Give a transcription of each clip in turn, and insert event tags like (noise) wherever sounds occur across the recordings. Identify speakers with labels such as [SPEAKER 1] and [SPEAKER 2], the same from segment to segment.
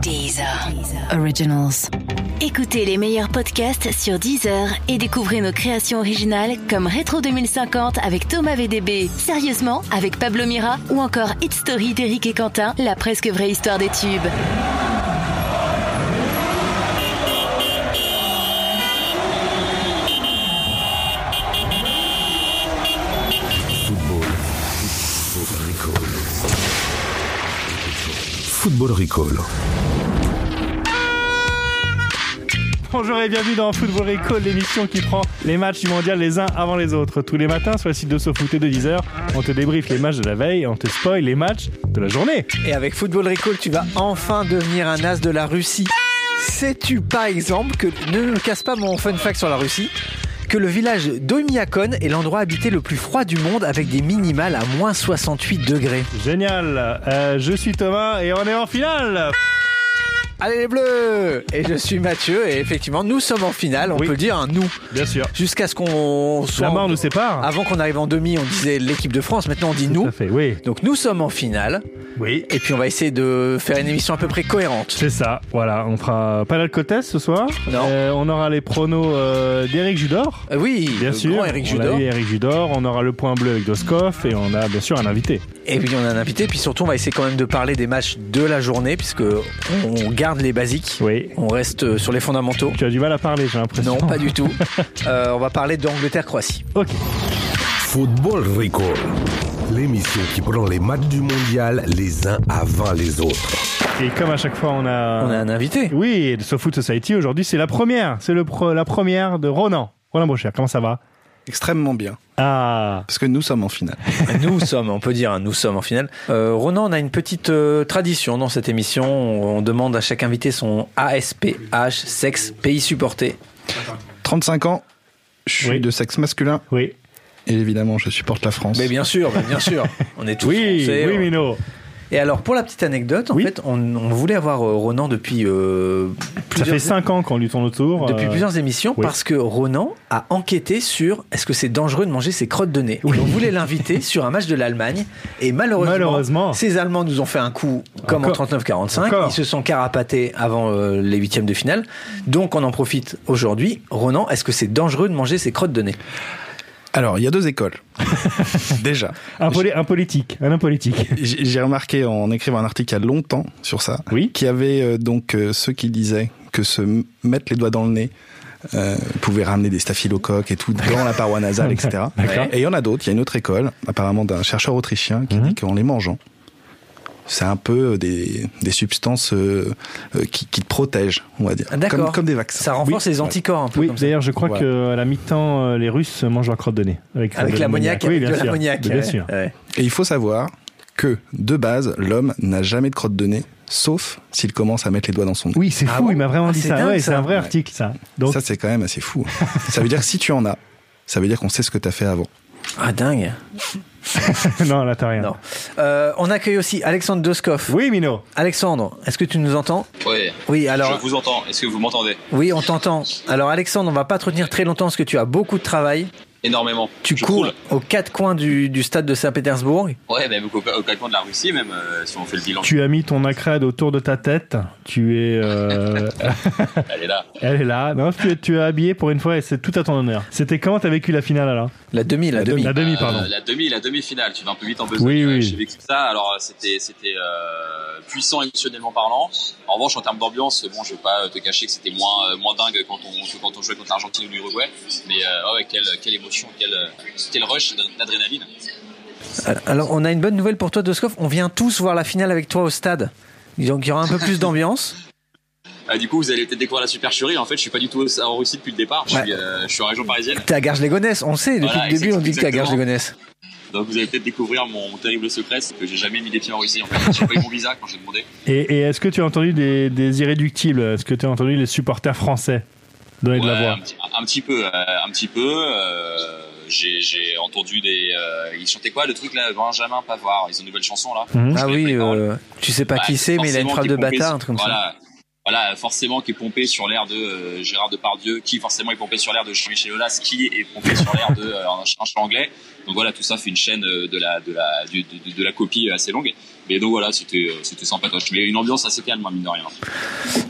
[SPEAKER 1] Deezer. Originals. Écoutez les meilleurs podcasts sur Deezer et découvrez nos créations originales comme Rétro 2050 avec Thomas VDB, Sérieusement avec Pablo Mira ou encore Hit Story d'Éric et Quentin, la presque vraie histoire des tubes.
[SPEAKER 2] Football. Football Recall. Football Recall.
[SPEAKER 3] Bonjour et bienvenue dans Football Recall, l'émission qui prend les matchs du mondial les uns avant les autres. Tous les matins sur le site de SoFoot et de 10h, on te débriefe les matchs de la veille et on te spoil les matchs de la journée.
[SPEAKER 4] Et avec Football Recall, tu vas enfin devenir un as de la Russie. Sais-tu par exemple que, ne me casse pas mon fun fact sur la Russie, que le village d'Oymyakon est l'endroit habité le plus froid du monde avec des minimales à moins 68 degrés.
[SPEAKER 3] Génial Euh, Je suis Thomas et on est en finale
[SPEAKER 4] Allez les bleus Et je suis Mathieu et effectivement nous sommes en finale, on
[SPEAKER 3] Oui.
[SPEAKER 4] peut le dire un nous.
[SPEAKER 3] Bien sûr.
[SPEAKER 4] Jusqu'à ce qu'on soit...
[SPEAKER 3] La mort
[SPEAKER 4] en-
[SPEAKER 3] nous sépare.
[SPEAKER 4] Avant qu'on arrive en demi, on disait l'équipe de France, maintenant on dit
[SPEAKER 3] Tout
[SPEAKER 4] Ah, nous.
[SPEAKER 3] à fait, oui.
[SPEAKER 4] Donc nous sommes en finale
[SPEAKER 3] Oui.
[SPEAKER 4] et puis on va essayer de faire une émission à peu près cohérente.
[SPEAKER 3] C'est ça, voilà, on fera pas l'alcotest ce soir.
[SPEAKER 4] Non.
[SPEAKER 3] Euh, on aura les pronos euh, d'Éric Judor.
[SPEAKER 4] Euh, oui,
[SPEAKER 3] Bien
[SPEAKER 4] le
[SPEAKER 3] sûr,
[SPEAKER 4] grand Eric
[SPEAKER 3] on a
[SPEAKER 4] Judor.
[SPEAKER 3] eu Eric Judor, on aura le point bleu avec Doskov et on a bien sûr un invité.
[SPEAKER 4] Et puis on a un invité, puis surtout on va essayer quand même de parler des matchs de la journée, puisque on garde les basiques,
[SPEAKER 3] Oui.
[SPEAKER 4] on reste euh, sur les fondamentaux.
[SPEAKER 3] Tu as du mal à parler, j'ai l'impression.
[SPEAKER 4] Non, pas du tout. Euh, on va parler d'Angleterre-Croatie.
[SPEAKER 3] (laughs) Ok.
[SPEAKER 2] Football Recall. L'émission qui prend les matchs du mondial les uns avant les autres.
[SPEAKER 3] Et comme à chaque fois, on a.
[SPEAKER 4] On a un invité.
[SPEAKER 3] Oui, et de SoFoot Society aujourd'hui, c'est la première. C'est le pro- la première de Ronan. Ronan Bocher, comment ça va
[SPEAKER 5] Extrêmement bien,
[SPEAKER 3] Ah,
[SPEAKER 5] parce que nous sommes en finale.
[SPEAKER 4] (laughs) Nous sommes, on peut dire, hein, nous sommes en finale. Euh, Ronan, on a une petite euh, tradition dans cette émission. On, on demande à chaque invité son ASPH, sexe, pays supporté.
[SPEAKER 5] 35 ans, je suis
[SPEAKER 3] Oui.
[SPEAKER 5] de sexe masculin
[SPEAKER 3] oui.
[SPEAKER 5] et évidemment je supporte la France.
[SPEAKER 4] Mais bien sûr, mais bien sûr. On est tous
[SPEAKER 3] Oui,
[SPEAKER 4] français.
[SPEAKER 3] oui,
[SPEAKER 4] on-
[SPEAKER 3] Mino.
[SPEAKER 4] Et alors, pour la petite anecdote, en
[SPEAKER 3] Oui.
[SPEAKER 4] fait, on, on voulait avoir euh, Ronan depuis euh,
[SPEAKER 3] Ça
[SPEAKER 4] plusieurs
[SPEAKER 3] fait 5 ans qu'on lui tourne autour.
[SPEAKER 4] depuis
[SPEAKER 3] euh,
[SPEAKER 4] plusieurs émissions
[SPEAKER 3] oui.
[SPEAKER 4] parce que Ronan a enquêté sur est-ce que c'est dangereux de manger ses crottes de nez. Et on voulait l'inviter
[SPEAKER 3] (laughs)
[SPEAKER 4] sur un match de l'Allemagne et malheureusement,
[SPEAKER 3] Malheureusement.
[SPEAKER 4] ces Allemands nous ont fait un coup comme
[SPEAKER 3] Encore.
[SPEAKER 4] en 39-45.
[SPEAKER 3] Encore.
[SPEAKER 4] Ils se sont carapatés avant euh, les huitièmes de finale. Donc on en profite aujourd'hui. Ronan, est-ce que c'est dangereux de manger ses crottes de nez
[SPEAKER 5] Alors, il y a deux écoles. (laughs) Déjà.
[SPEAKER 3] Un, poli- un politique, un homme politique.
[SPEAKER 4] (laughs)
[SPEAKER 5] J'ai j'ai remarqué en écrivant un article il y a longtemps sur ça,
[SPEAKER 3] Oui.
[SPEAKER 5] qu'il y avait euh, donc euh, ceux qui disaient que se m- mettre les doigts dans le nez euh, pouvait ramener des staphylocoques et tout dans la paroi nasale, etc.
[SPEAKER 4] D'accord.
[SPEAKER 5] Et il y en a d'autres, il y a une autre école, apparemment d'un chercheur autrichien, qui
[SPEAKER 4] Mhm.
[SPEAKER 5] dit qu'en les mangeant, c'est un peu euh, des, des substances euh, euh, qui, qui te protègent, on va dire.
[SPEAKER 4] Ah, D'accord.
[SPEAKER 5] Comme, comme des vaccins.
[SPEAKER 4] Ça renforce
[SPEAKER 5] Oui.
[SPEAKER 4] les
[SPEAKER 5] Ouais.
[SPEAKER 4] anticorps un peu
[SPEAKER 3] Oui,
[SPEAKER 4] comme ça.
[SPEAKER 3] d'ailleurs, je crois
[SPEAKER 5] Ouais.
[SPEAKER 3] qu'à la mi-temps, euh, les Russes mangent leur crotte de nez. Avec,
[SPEAKER 4] Avec
[SPEAKER 3] de
[SPEAKER 4] l'ammoniac,
[SPEAKER 3] Oui,
[SPEAKER 4] avec
[SPEAKER 3] bien
[SPEAKER 4] de
[SPEAKER 3] sûr.
[SPEAKER 4] l'ammoniac.
[SPEAKER 3] Bien
[SPEAKER 4] ouais,
[SPEAKER 3] sûr.
[SPEAKER 4] ouais.
[SPEAKER 5] Et il faut savoir que, de base, l'homme n'a jamais de crotte de nez, sauf s'il commence à mettre les doigts dans son nez.
[SPEAKER 3] Oui, c'est
[SPEAKER 4] Ah
[SPEAKER 3] fou,
[SPEAKER 4] bon
[SPEAKER 3] il m'a vraiment
[SPEAKER 4] Ah,
[SPEAKER 3] dit
[SPEAKER 4] c'est
[SPEAKER 3] ça.
[SPEAKER 4] dingue,
[SPEAKER 3] Ouais, c'est
[SPEAKER 4] ça.
[SPEAKER 3] un vrai
[SPEAKER 5] Ouais.
[SPEAKER 3] article, ça. Donc,
[SPEAKER 5] Ça, c'est quand même assez fou. ça veut dire que si tu en as, ça veut dire qu'on sait ce que t'as fait avant.
[SPEAKER 4] Ah dingue.
[SPEAKER 3] (laughs) non, là, t'as rien.
[SPEAKER 4] Non. Euh, on accueille aussi Alexandre Doskov.
[SPEAKER 3] Oui, Mino.
[SPEAKER 4] Alexandre, est-ce que tu nous entends
[SPEAKER 6] Oui.
[SPEAKER 4] Oui, alors.
[SPEAKER 6] Je vous entends. Est-ce que vous m'entendez
[SPEAKER 4] Oui, on t'entend. Alors Alexandre, on va pas te retenir très longtemps parce que tu as beaucoup de travail.
[SPEAKER 6] Énormément.
[SPEAKER 4] Tu
[SPEAKER 6] je
[SPEAKER 4] cours
[SPEAKER 6] croule.
[SPEAKER 4] aux quatre coins du, du stade de Saint-Pétersbourg.
[SPEAKER 6] Ouais, même au, au claquement de la Russie, même euh, si on fait le
[SPEAKER 4] (laughs)
[SPEAKER 6] bilan.
[SPEAKER 3] Tu as mis ton acrade autour de ta tête. Tu es.
[SPEAKER 4] (laughs)
[SPEAKER 3] euh,
[SPEAKER 6] Elle est là.
[SPEAKER 3] Elle est là. Non, tu, es- tu es habillé pour une fois et c'est tout à ton honneur. C'était comment t'as vécu la finale alors
[SPEAKER 4] La demi, la, demi.
[SPEAKER 3] La demi,
[SPEAKER 6] Euh,
[SPEAKER 3] pardon.
[SPEAKER 6] la demi, la demi-finale. Tu vas un peu vite en besogne.
[SPEAKER 3] Oui,
[SPEAKER 6] Euh,
[SPEAKER 3] oui.
[SPEAKER 6] J'ai vécu ça. Alors euh, c'était, c'était euh, puissant émotionnellement parlant. En revanche, en termes d'ambiance, bon, je vais pas euh, te cacher que c'était moins, euh, moins dingue quand on, que quand on jouait contre l'Argentine ou l'Uruguay. Mais euh, ouais, quelle, quelle émotion, quel, euh, quel rush d'adrénaline.
[SPEAKER 4] Alors on a une bonne nouvelle pour toi, Doskov. On vient tous voir la finale avec toi au stade. Donc il y aura un peu plus d'ambiance.
[SPEAKER 6] (laughs) Euh, du coup, vous allez peut-être découvrir la supercherie. En fait, je suis pas du tout en Russie depuis le départ. Je, suis,
[SPEAKER 4] Ouais.
[SPEAKER 6] euh, je suis en région parisienne.
[SPEAKER 4] T'es à Garges-les-Gonesses, on sait. Depuis
[SPEAKER 6] Voilà,
[SPEAKER 4] le début, on dit que t'es à
[SPEAKER 6] exactement.
[SPEAKER 4] Garges-les-Gonesses.
[SPEAKER 6] Donc vous allez peut-être découvrir mon, mon terrible secret, c'est que j'ai jamais mis les pieds en Russie. En fait, j'ai pas eu mon visa quand j'ai demandé.
[SPEAKER 3] Et, et est-ce que tu as entendu des, des irréductibles Est-ce que tu as entendu les supporters français donner de la
[SPEAKER 6] Ouais,
[SPEAKER 3] voix
[SPEAKER 6] un, petit- un petit peu, euh, un petit peu. euh, j'ai, j'ai entendu des. euh, ils chantaient quoi le truc là, Benjamin Pavard. Ils ont une nouvelle chanson là.
[SPEAKER 3] Mhm.
[SPEAKER 4] Ah
[SPEAKER 6] connais pas
[SPEAKER 4] oui,
[SPEAKER 6] les paroles.
[SPEAKER 4] euh, tu sais pas
[SPEAKER 6] Bah,
[SPEAKER 4] qui c'est, mais il a une
[SPEAKER 6] forcément
[SPEAKER 4] frappe
[SPEAKER 6] qui
[SPEAKER 4] de
[SPEAKER 6] est pompée
[SPEAKER 4] bâtard,
[SPEAKER 6] sur-
[SPEAKER 4] un truc comme ça.
[SPEAKER 6] voilà, Voilà, forcément qui est pompé sur l'air de euh, Gérard Depardieu, qui forcément est pompé sur l'air de Jean-Michel Aulas, qui est pompé sur l'air de euh, un ch- un chat anglais. Donc voilà, tout ça fait une chaîne euh, de la, de la, du- du- de, la copie euh, assez longue. Mais donc voilà, c'était euh, c'était sympatoche. Mais une ambiance assez calme, hein, mine de rien.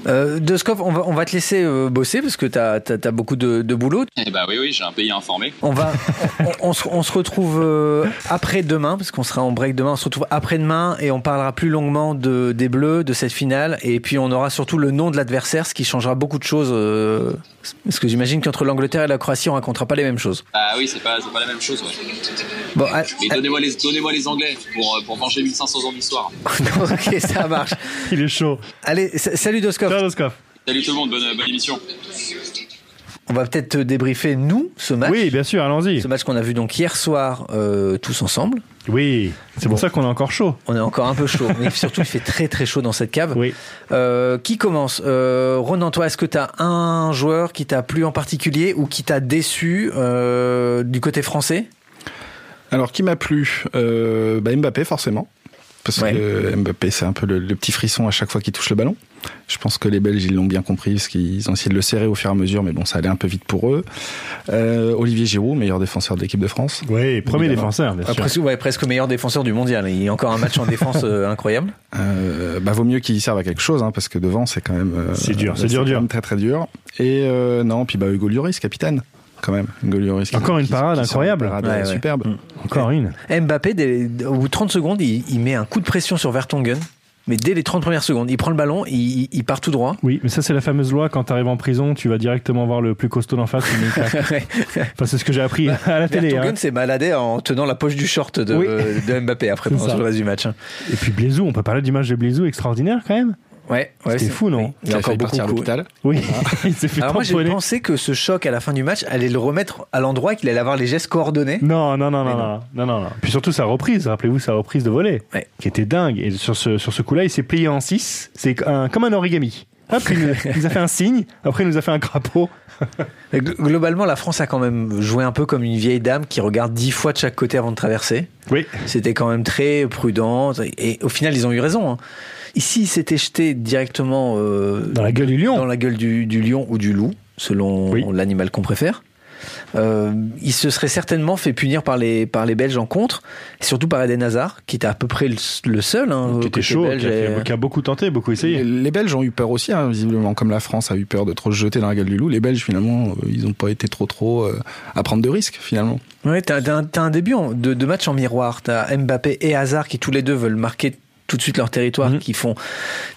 [SPEAKER 4] Euh, Doskov, on va, on va te laisser euh, bosser parce que t'as as, beaucoup de, de boulot.
[SPEAKER 6] Et bah oui, oui, j'ai un pays informé.
[SPEAKER 4] On va, on, on se, on se retrouve euh, après demain parce qu'on sera en break demain. On se retrouve après demain et on parlera plus longuement de des Bleus, de cette finale et puis on aura surtout le nom de l'adversaire, ce qui changera beaucoup de choses. euh, parce que j'imagine qu'entre l'Angleterre et la Croatie, on racontera pas les mêmes choses.
[SPEAKER 6] Ah oui, c'est pas, c'est pas la même chose, ouais.
[SPEAKER 4] Bon, ah, à-
[SPEAKER 6] Mais donnez-moi les, donnez-moi les Anglais pour, euh, pour venger 1500 ans d'histoire.
[SPEAKER 4] (laughs) à- ah, ok, ça marche.
[SPEAKER 3] Il est chaud.
[SPEAKER 4] Allez, sa- salut Doskov.
[SPEAKER 3] Ciao, Roscoff.
[SPEAKER 6] Salut tout le monde, bonne, bonne émission.
[SPEAKER 4] On va peut-être te débriefer nous ce match.
[SPEAKER 3] Oui, bien sûr, allons-y.
[SPEAKER 4] Ce match qu'on a vu donc hier soir euh, tous ensemble.
[SPEAKER 3] Oui, c'est pour ça qu'on est encore chaud.
[SPEAKER 4] On est encore un peu chaud, mais surtout il fait très très chaud dans cette cave.
[SPEAKER 3] Oui.
[SPEAKER 4] Euh, qui commence euh, Ronan, toi, est-ce que tu as un joueur qui t'a plu en particulier ou qui t'a déçu euh, du côté français
[SPEAKER 5] Alors, qui m'a plu Euh, bah, Mbappé, forcément. Parce
[SPEAKER 4] Ouais.
[SPEAKER 5] que Mbappé, c'est un peu le, le petit frisson à chaque fois qu'il touche le ballon. Je pense que les Belges, ils l'ont bien compris, parce qu'ils ont essayé de le serrer au fur et à mesure, mais bon, ça allait un peu vite pour eux. Euh, Olivier Giroud, meilleur défenseur de l'équipe de France.
[SPEAKER 3] Oui, premier
[SPEAKER 5] Évidemment.
[SPEAKER 3] défenseur, bien
[SPEAKER 4] Ah,
[SPEAKER 3] sûr.
[SPEAKER 4] presque, ouais, presque meilleur défenseur du mondial. Il y a encore un match en défense
[SPEAKER 3] (laughs)
[SPEAKER 4] euh, incroyable.
[SPEAKER 5] Euh, bah, vaut mieux qu'il serve à quelque chose, hein, parce que devant, c'est quand même. euh,
[SPEAKER 3] C'est dur, c'est dur,
[SPEAKER 5] quand
[SPEAKER 3] dur.
[SPEAKER 5] même Très, très dur. Et euh, non, puis bah, Hugo Lloris, capitaine, quand même. Hugo Lloris, qui-
[SPEAKER 3] Encore une
[SPEAKER 5] qui-
[SPEAKER 3] parade
[SPEAKER 5] qui sort une
[SPEAKER 3] incroyable.
[SPEAKER 5] parade,
[SPEAKER 4] Ouais,
[SPEAKER 5] euh,
[SPEAKER 4] ouais. Mm.
[SPEAKER 5] Superbe.
[SPEAKER 3] Encore une.
[SPEAKER 4] Mbappé, dès, au bout de 30 secondes, il, il met un coup de pression sur Vertonghen. Mais dès les 30 premières secondes, il prend le ballon, il, il part
[SPEAKER 3] (laughs)
[SPEAKER 4] tout droit.
[SPEAKER 3] Oui, mais ça, c'est la fameuse loi. Quand t'arrives en prison, tu vas directement voir le plus costaud d'en face. tu mets une
[SPEAKER 4] (laughs)
[SPEAKER 3] claque. Enfin, c'est ce que j'ai appris à la télé. hein.
[SPEAKER 4] Vertonghen s'est baladé en tenant la poche du short de,
[SPEAKER 3] Oui.
[SPEAKER 4] de Mbappé après
[SPEAKER 3] C'est
[SPEAKER 4] pendant
[SPEAKER 3] ça.
[SPEAKER 4] tout le reste du match. hein.
[SPEAKER 3] Et puis Blaisou, on peut parler d'image de Blaisou extraordinaire quand même.
[SPEAKER 4] Ouais, ouais,
[SPEAKER 3] C'était
[SPEAKER 4] c'est-
[SPEAKER 3] fou, non
[SPEAKER 4] Il y a encore
[SPEAKER 5] failli
[SPEAKER 4] beaucoup
[SPEAKER 5] partir à
[SPEAKER 4] beaucoup-
[SPEAKER 5] l'hôpital.
[SPEAKER 3] Oui, (laughs) il s'est fait
[SPEAKER 4] Alors moi j'ai
[SPEAKER 3] tamponner.
[SPEAKER 4] pensé que ce choc à la fin du match allait le remettre à l'endroit qu'il allait avoir les gestes coordonnés.
[SPEAKER 3] Non, non, non, non,
[SPEAKER 4] Mais
[SPEAKER 3] non, non, non, non. Puis surtout sa reprise, rappelez-vous sa reprise de volet,
[SPEAKER 4] Ouais.
[SPEAKER 3] qui était dingue. Et sur ce, sur ce coup-là, il s'est plié en 6. C'est un- comme un origami. Hop, il nous, il nous a fait un signe, après il nous a fait un crapaud.
[SPEAKER 4] Mais gl- Globalement la France a quand même joué un peu comme une vieille dame qui regarde dix fois de chaque côté avant de traverser.
[SPEAKER 3] Oui.
[SPEAKER 4] C'était quand même très prudent et au final ils ont eu raison. hein. Ici ils s'étaient jetés directement euh,
[SPEAKER 3] Dans la gueule du lion.
[SPEAKER 4] dans la gueule du, du lion ou du loup, selon
[SPEAKER 3] Oui.
[SPEAKER 4] l'animal qu'on préfère. Euh, il se serait certainement fait punir par les, par les Belges en contre, et surtout par Eden Hazard, qui était à peu près le, le seul. Hein,
[SPEAKER 3] qui
[SPEAKER 4] côté
[SPEAKER 3] était chaud,
[SPEAKER 4] belge, euh,
[SPEAKER 3] qui a, fait-
[SPEAKER 4] et-
[SPEAKER 3] qui a beaucoup tenté, beaucoup
[SPEAKER 5] Les,
[SPEAKER 3] essayé.
[SPEAKER 5] les Belges ont eu peur aussi, hein, visiblement, comme la France a eu peur de trop se jeter dans la gueule du loup. Les Belges, finalement, euh, ils n'ont pas été trop trop euh, à prendre de risques, finalement.
[SPEAKER 4] Ouais, t'as t'as un, t'as un début en- de, de match en miroir. T'as Mbappé et Hazard qui tous les deux veulent marquer tout de suite leur territoire,
[SPEAKER 3] Mhm.
[SPEAKER 4] qui font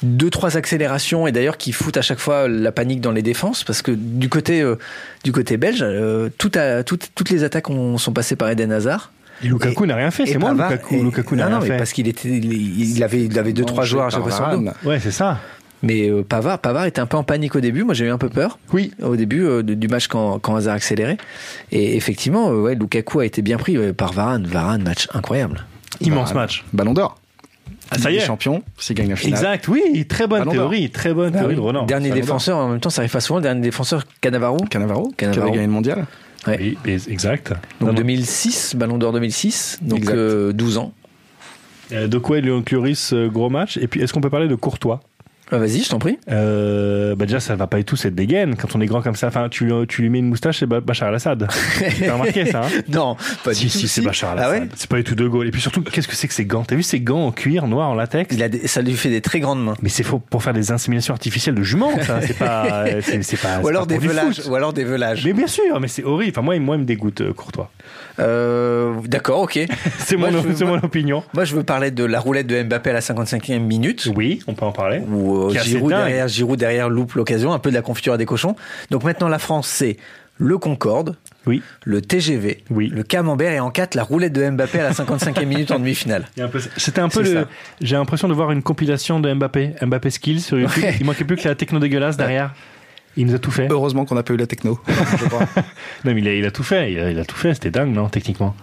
[SPEAKER 4] deux trois accélérations et d'ailleurs qui foutent à chaque fois la panique dans les défenses parce que du côté euh, du côté belge, euh, tout a- tout- toutes les attaques ont- sont passées par Eden Hazard.
[SPEAKER 3] Et Lukaku
[SPEAKER 4] Et-
[SPEAKER 3] n'a rien fait, c'est
[SPEAKER 4] Et
[SPEAKER 3] moi
[SPEAKER 4] Pavard
[SPEAKER 3] Lukaku.
[SPEAKER 4] et-
[SPEAKER 3] Lukaku n'a
[SPEAKER 4] non,
[SPEAKER 3] rien
[SPEAKER 4] non, mais
[SPEAKER 3] fait.
[SPEAKER 4] parce qu'il était, il, il avait, il avait deux trois
[SPEAKER 5] Mangé
[SPEAKER 4] joueurs à chaque
[SPEAKER 5] par
[SPEAKER 4] fois sur le dos.
[SPEAKER 5] Varane.
[SPEAKER 3] Ouais, c'est ça.
[SPEAKER 4] Mais euh, Pavard, Pavard était un peu en panique au début. Moi, j'ai eu un peu peur.
[SPEAKER 3] Oui.
[SPEAKER 4] Au début euh, de- du match quand, quand Hazard accéléré. Et effectivement, euh, ouais, Lukaku a été bien pris ouais, par Varane. Varane, match incroyable.
[SPEAKER 3] Immense
[SPEAKER 5] Bah,
[SPEAKER 3] match.
[SPEAKER 5] Ballon d'or.
[SPEAKER 3] Ah, ça y
[SPEAKER 5] Les
[SPEAKER 3] est.
[SPEAKER 5] champions, s'ils gagnent la finale.
[SPEAKER 3] Exact, oui, très bonne
[SPEAKER 5] Ballon d'or.
[SPEAKER 3] théorie, très bonne
[SPEAKER 4] Bah
[SPEAKER 3] théorie de Roland.
[SPEAKER 4] dernier
[SPEAKER 5] ça va
[SPEAKER 4] défenseur, en même temps, ça arrive pas souvent. Dernier défenseur, Cannavaro.
[SPEAKER 5] Cannavaro, qui
[SPEAKER 4] Cannavaro.
[SPEAKER 5] avait gagné le mondial.
[SPEAKER 3] Oui, mais exact.
[SPEAKER 4] Donc
[SPEAKER 3] Non, non.
[SPEAKER 4] 2006, Ballon d'Or 2006. Donc
[SPEAKER 5] Exact.
[SPEAKER 4] euh, 12 ans.
[SPEAKER 3] Euh, De quoi Léon Cluris, euh, gros match. Et puis, est-ce qu'on peut parler de Courtois
[SPEAKER 4] Ah, Vas-y, je t'en prie.
[SPEAKER 3] Euh, bah déjà, ça va pas du tout cette dégaine. Quand on est grand comme ça, enfin, tu, tu lui mets une moustache, c'est Ba- Bachar al-Assad. T'as remarqué ça hein
[SPEAKER 4] non, (laughs) pas
[SPEAKER 3] Si,
[SPEAKER 4] du tout.
[SPEAKER 3] si, c'est Bachar
[SPEAKER 4] Ah
[SPEAKER 3] al-Assad.
[SPEAKER 4] ouais
[SPEAKER 3] c'est pas du tout De Gaulle. Et puis surtout, qu'est-ce que c'est que ces gants T'as vu ces gants en cuir noir en latex
[SPEAKER 4] Il a des- ça lui fait des très grandes mains.
[SPEAKER 3] Mais c'est faux pour faire des inséminations artificielles de juments, ça. C'est
[SPEAKER 4] (laughs)
[SPEAKER 3] pas, euh, c'est, c'est pas.
[SPEAKER 4] Ou
[SPEAKER 3] c'est
[SPEAKER 4] alors,
[SPEAKER 3] pas
[SPEAKER 4] des
[SPEAKER 3] pour du
[SPEAKER 4] velages,
[SPEAKER 3] foot.
[SPEAKER 4] ou alors des velages.
[SPEAKER 3] Mais bien sûr, mais c'est horrible. Enfin, moi, il- moi, il me dégoûte, euh, Courtois.
[SPEAKER 4] Euh, D'accord, (laughs) ok.
[SPEAKER 3] C'est
[SPEAKER 4] Moi,
[SPEAKER 3] mon,
[SPEAKER 4] je-
[SPEAKER 3] c'est mon opinion.
[SPEAKER 4] Moi, je veux parler de la roulette de Mbappé à la 55e minute.
[SPEAKER 3] Oui, on peut en parler.
[SPEAKER 4] Où euh,
[SPEAKER 3] Qui est assez
[SPEAKER 4] Giroud
[SPEAKER 3] dingue.
[SPEAKER 4] derrière, Giroud derrière loupe l'occasion, un peu de la confiture à des cochons. Donc maintenant, la France, c'est le Concorde,
[SPEAKER 3] Oui.
[SPEAKER 4] le TGV,
[SPEAKER 3] Oui.
[SPEAKER 4] le Camembert et en 4, la roulette de Mbappé à la 55e minute en demi-finale.
[SPEAKER 3] Il y a un peu ça. C'était un peu
[SPEAKER 4] C'est
[SPEAKER 3] le.
[SPEAKER 4] ça.
[SPEAKER 3] J'ai l'impression de voir une compilation de Mbappé, Mbappé Skills sur YouTube.
[SPEAKER 4] Ouais. Oh.
[SPEAKER 3] Il manquait plus que la techno dégueulasse derrière. Il nous a tout fait.
[SPEAKER 5] Heureusement qu'on n'a pas eu la
[SPEAKER 4] (laughs)
[SPEAKER 5] techno, je crois.
[SPEAKER 3] Non, mais il a, il a tout fait, il a, il a tout fait, c'était dingue, non, techniquement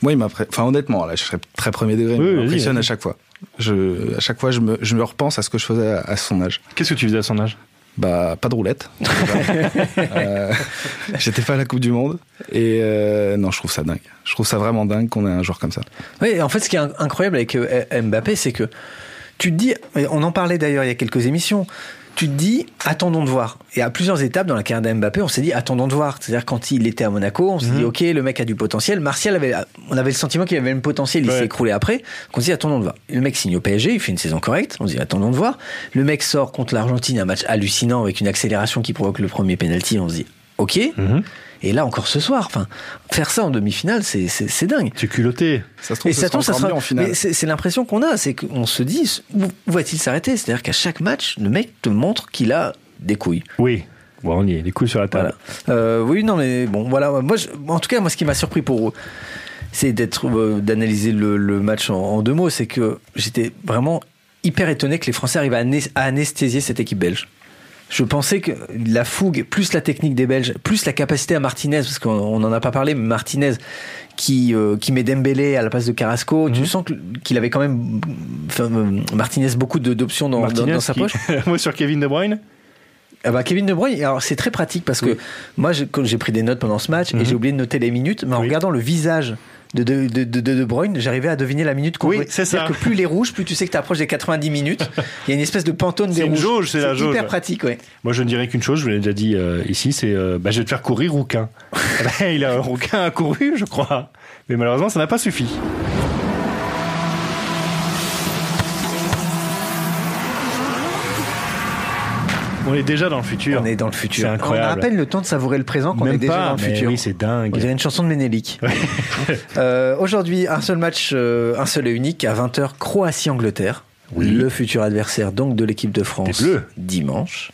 [SPEAKER 5] Moi, il m'impressionne. Enfin, honnêtement, là, je serais très premier degré. mais
[SPEAKER 3] Oui,
[SPEAKER 5] il
[SPEAKER 3] vas-y,
[SPEAKER 5] m'impressionne
[SPEAKER 3] vas-y.
[SPEAKER 5] à chaque fois. Je, à chaque fois, je me, je me repense à ce que je faisais à, à son âge.
[SPEAKER 3] Qu'est-ce que tu faisais à son âge
[SPEAKER 5] Bah, pas de roulette.
[SPEAKER 4] (laughs)
[SPEAKER 5] Euh, J'étais pas à la Coupe du Monde. Et euh, non, je trouve ça dingue. Je trouve ça vraiment dingue qu'on ait un joueur comme ça.
[SPEAKER 4] Oui, en fait, ce qui est in- incroyable avec euh, Mbappé, c'est que tu te dis, et on en parlait d'ailleurs il y a quelques émissions, tu te dis attendons de voir. Et à plusieurs étapes dans la carrière d'Mbappé, on s'est dit attendons de voir. C'est-à-dire quand il était à Monaco, on s'est dit ok le mec a du potentiel. Martial avait, on avait le sentiment qu'il avait le potentiel, il
[SPEAKER 3] Ouais.
[SPEAKER 4] s'est écroulé après. Qu'on s'est dit attendons de voir. Le mec signe au PSG, il fait une saison correcte. On se dit attendons de voir. Le mec sort contre l'Argentine, un match hallucinant avec une accélération qui provoque le premier penalty. On se dit ok.
[SPEAKER 3] Mhm.
[SPEAKER 4] Et là encore ce soir, enfin faire ça en demi-finale, c'est- c'est c'est dingue.
[SPEAKER 3] Tu es culotté.
[SPEAKER 5] Ça
[SPEAKER 4] Et
[SPEAKER 5] se trouve, ça,
[SPEAKER 4] ça tombe, ça sera.
[SPEAKER 5] mieux en finale.
[SPEAKER 4] Mais c'est c'est l'impression qu'on a, c'est qu'on se dit où, où va-t-il s'arrêter C'est-à-dire qu'à chaque match, le mec te montre qu'il a des couilles.
[SPEAKER 3] Oui. Bon, on y est, les couilles sur la table.
[SPEAKER 4] Voilà. Euh, oui, non, mais bon, voilà. Moi, je- en tout cas, moi, ce qui m'a surpris pour c'est d'être euh, d'analyser le, le match en, en deux mots, c'est que j'étais vraiment hyper étonné que les Français arrivent à, anes- à anesthésier cette équipe belge. Je pensais que la fougue, plus la technique des Belges, plus la capacité à Martinez, parce qu'on on n'en a pas parlé, mais Martinez qui, euh, qui met Dembélé à la place de Carrasco, tu sens que- qu'il avait quand même enfin, euh, Martinez beaucoup de- d'options dans, dans-
[SPEAKER 3] Martinez
[SPEAKER 4] dans sa
[SPEAKER 3] qui-
[SPEAKER 4] poche.
[SPEAKER 3] (laughs) Moi sur Kevin De Bruyne.
[SPEAKER 4] Ah bah, Kevin De Bruyne, alors c'est très pratique parce que moi j'ai- quand j'ai pris des notes pendant ce match et j'ai oublié de noter les minutes, mais en
[SPEAKER 3] Mhm. Oui.
[SPEAKER 4] regardant le visage de De, de, de, de De Bruyne, j'arrivais à deviner la minute qu'on
[SPEAKER 3] Oui,
[SPEAKER 4] jouait.
[SPEAKER 3] c'est ça.
[SPEAKER 4] C'est-à-dire que plus les rouges, plus tu sais que tu approches des 90 minutes. Il y a une espèce
[SPEAKER 3] (laughs)
[SPEAKER 4] de pantone des
[SPEAKER 3] C'est une
[SPEAKER 4] rouges.
[SPEAKER 3] jauge, c'est la jauge.
[SPEAKER 4] hyper pratique, ouais.
[SPEAKER 3] Moi, je ne dirais qu'une chose, je vous l'ai déjà dit euh, ici, c'est euh, bah, je vais te faire courir
[SPEAKER 4] (laughs)
[SPEAKER 3] Rouquin. (laughs) Eh ben, il a Rouquin a couru, je crois. Mais malheureusement, ça n'a pas suffi. On est déjà dans le futur.
[SPEAKER 4] On est dans le futur.
[SPEAKER 3] C'est
[SPEAKER 4] On a à
[SPEAKER 3] incroyable.
[SPEAKER 4] peine le temps de savourer le présent qu'on
[SPEAKER 3] Même
[SPEAKER 4] est déjà
[SPEAKER 3] pas,
[SPEAKER 4] dans le
[SPEAKER 3] mais
[SPEAKER 4] futur.
[SPEAKER 3] Oui, c'est
[SPEAKER 4] On
[SPEAKER 3] dingue.
[SPEAKER 4] dirait une chanson de Ménélique. (laughs) Euh, Aujourd'hui, un seul match, euh, un seul et unique, à 20h, Croatie-Angleterre. Le futur adversaire donc de l'équipe de France
[SPEAKER 3] Des Bleus.
[SPEAKER 4] dimanche.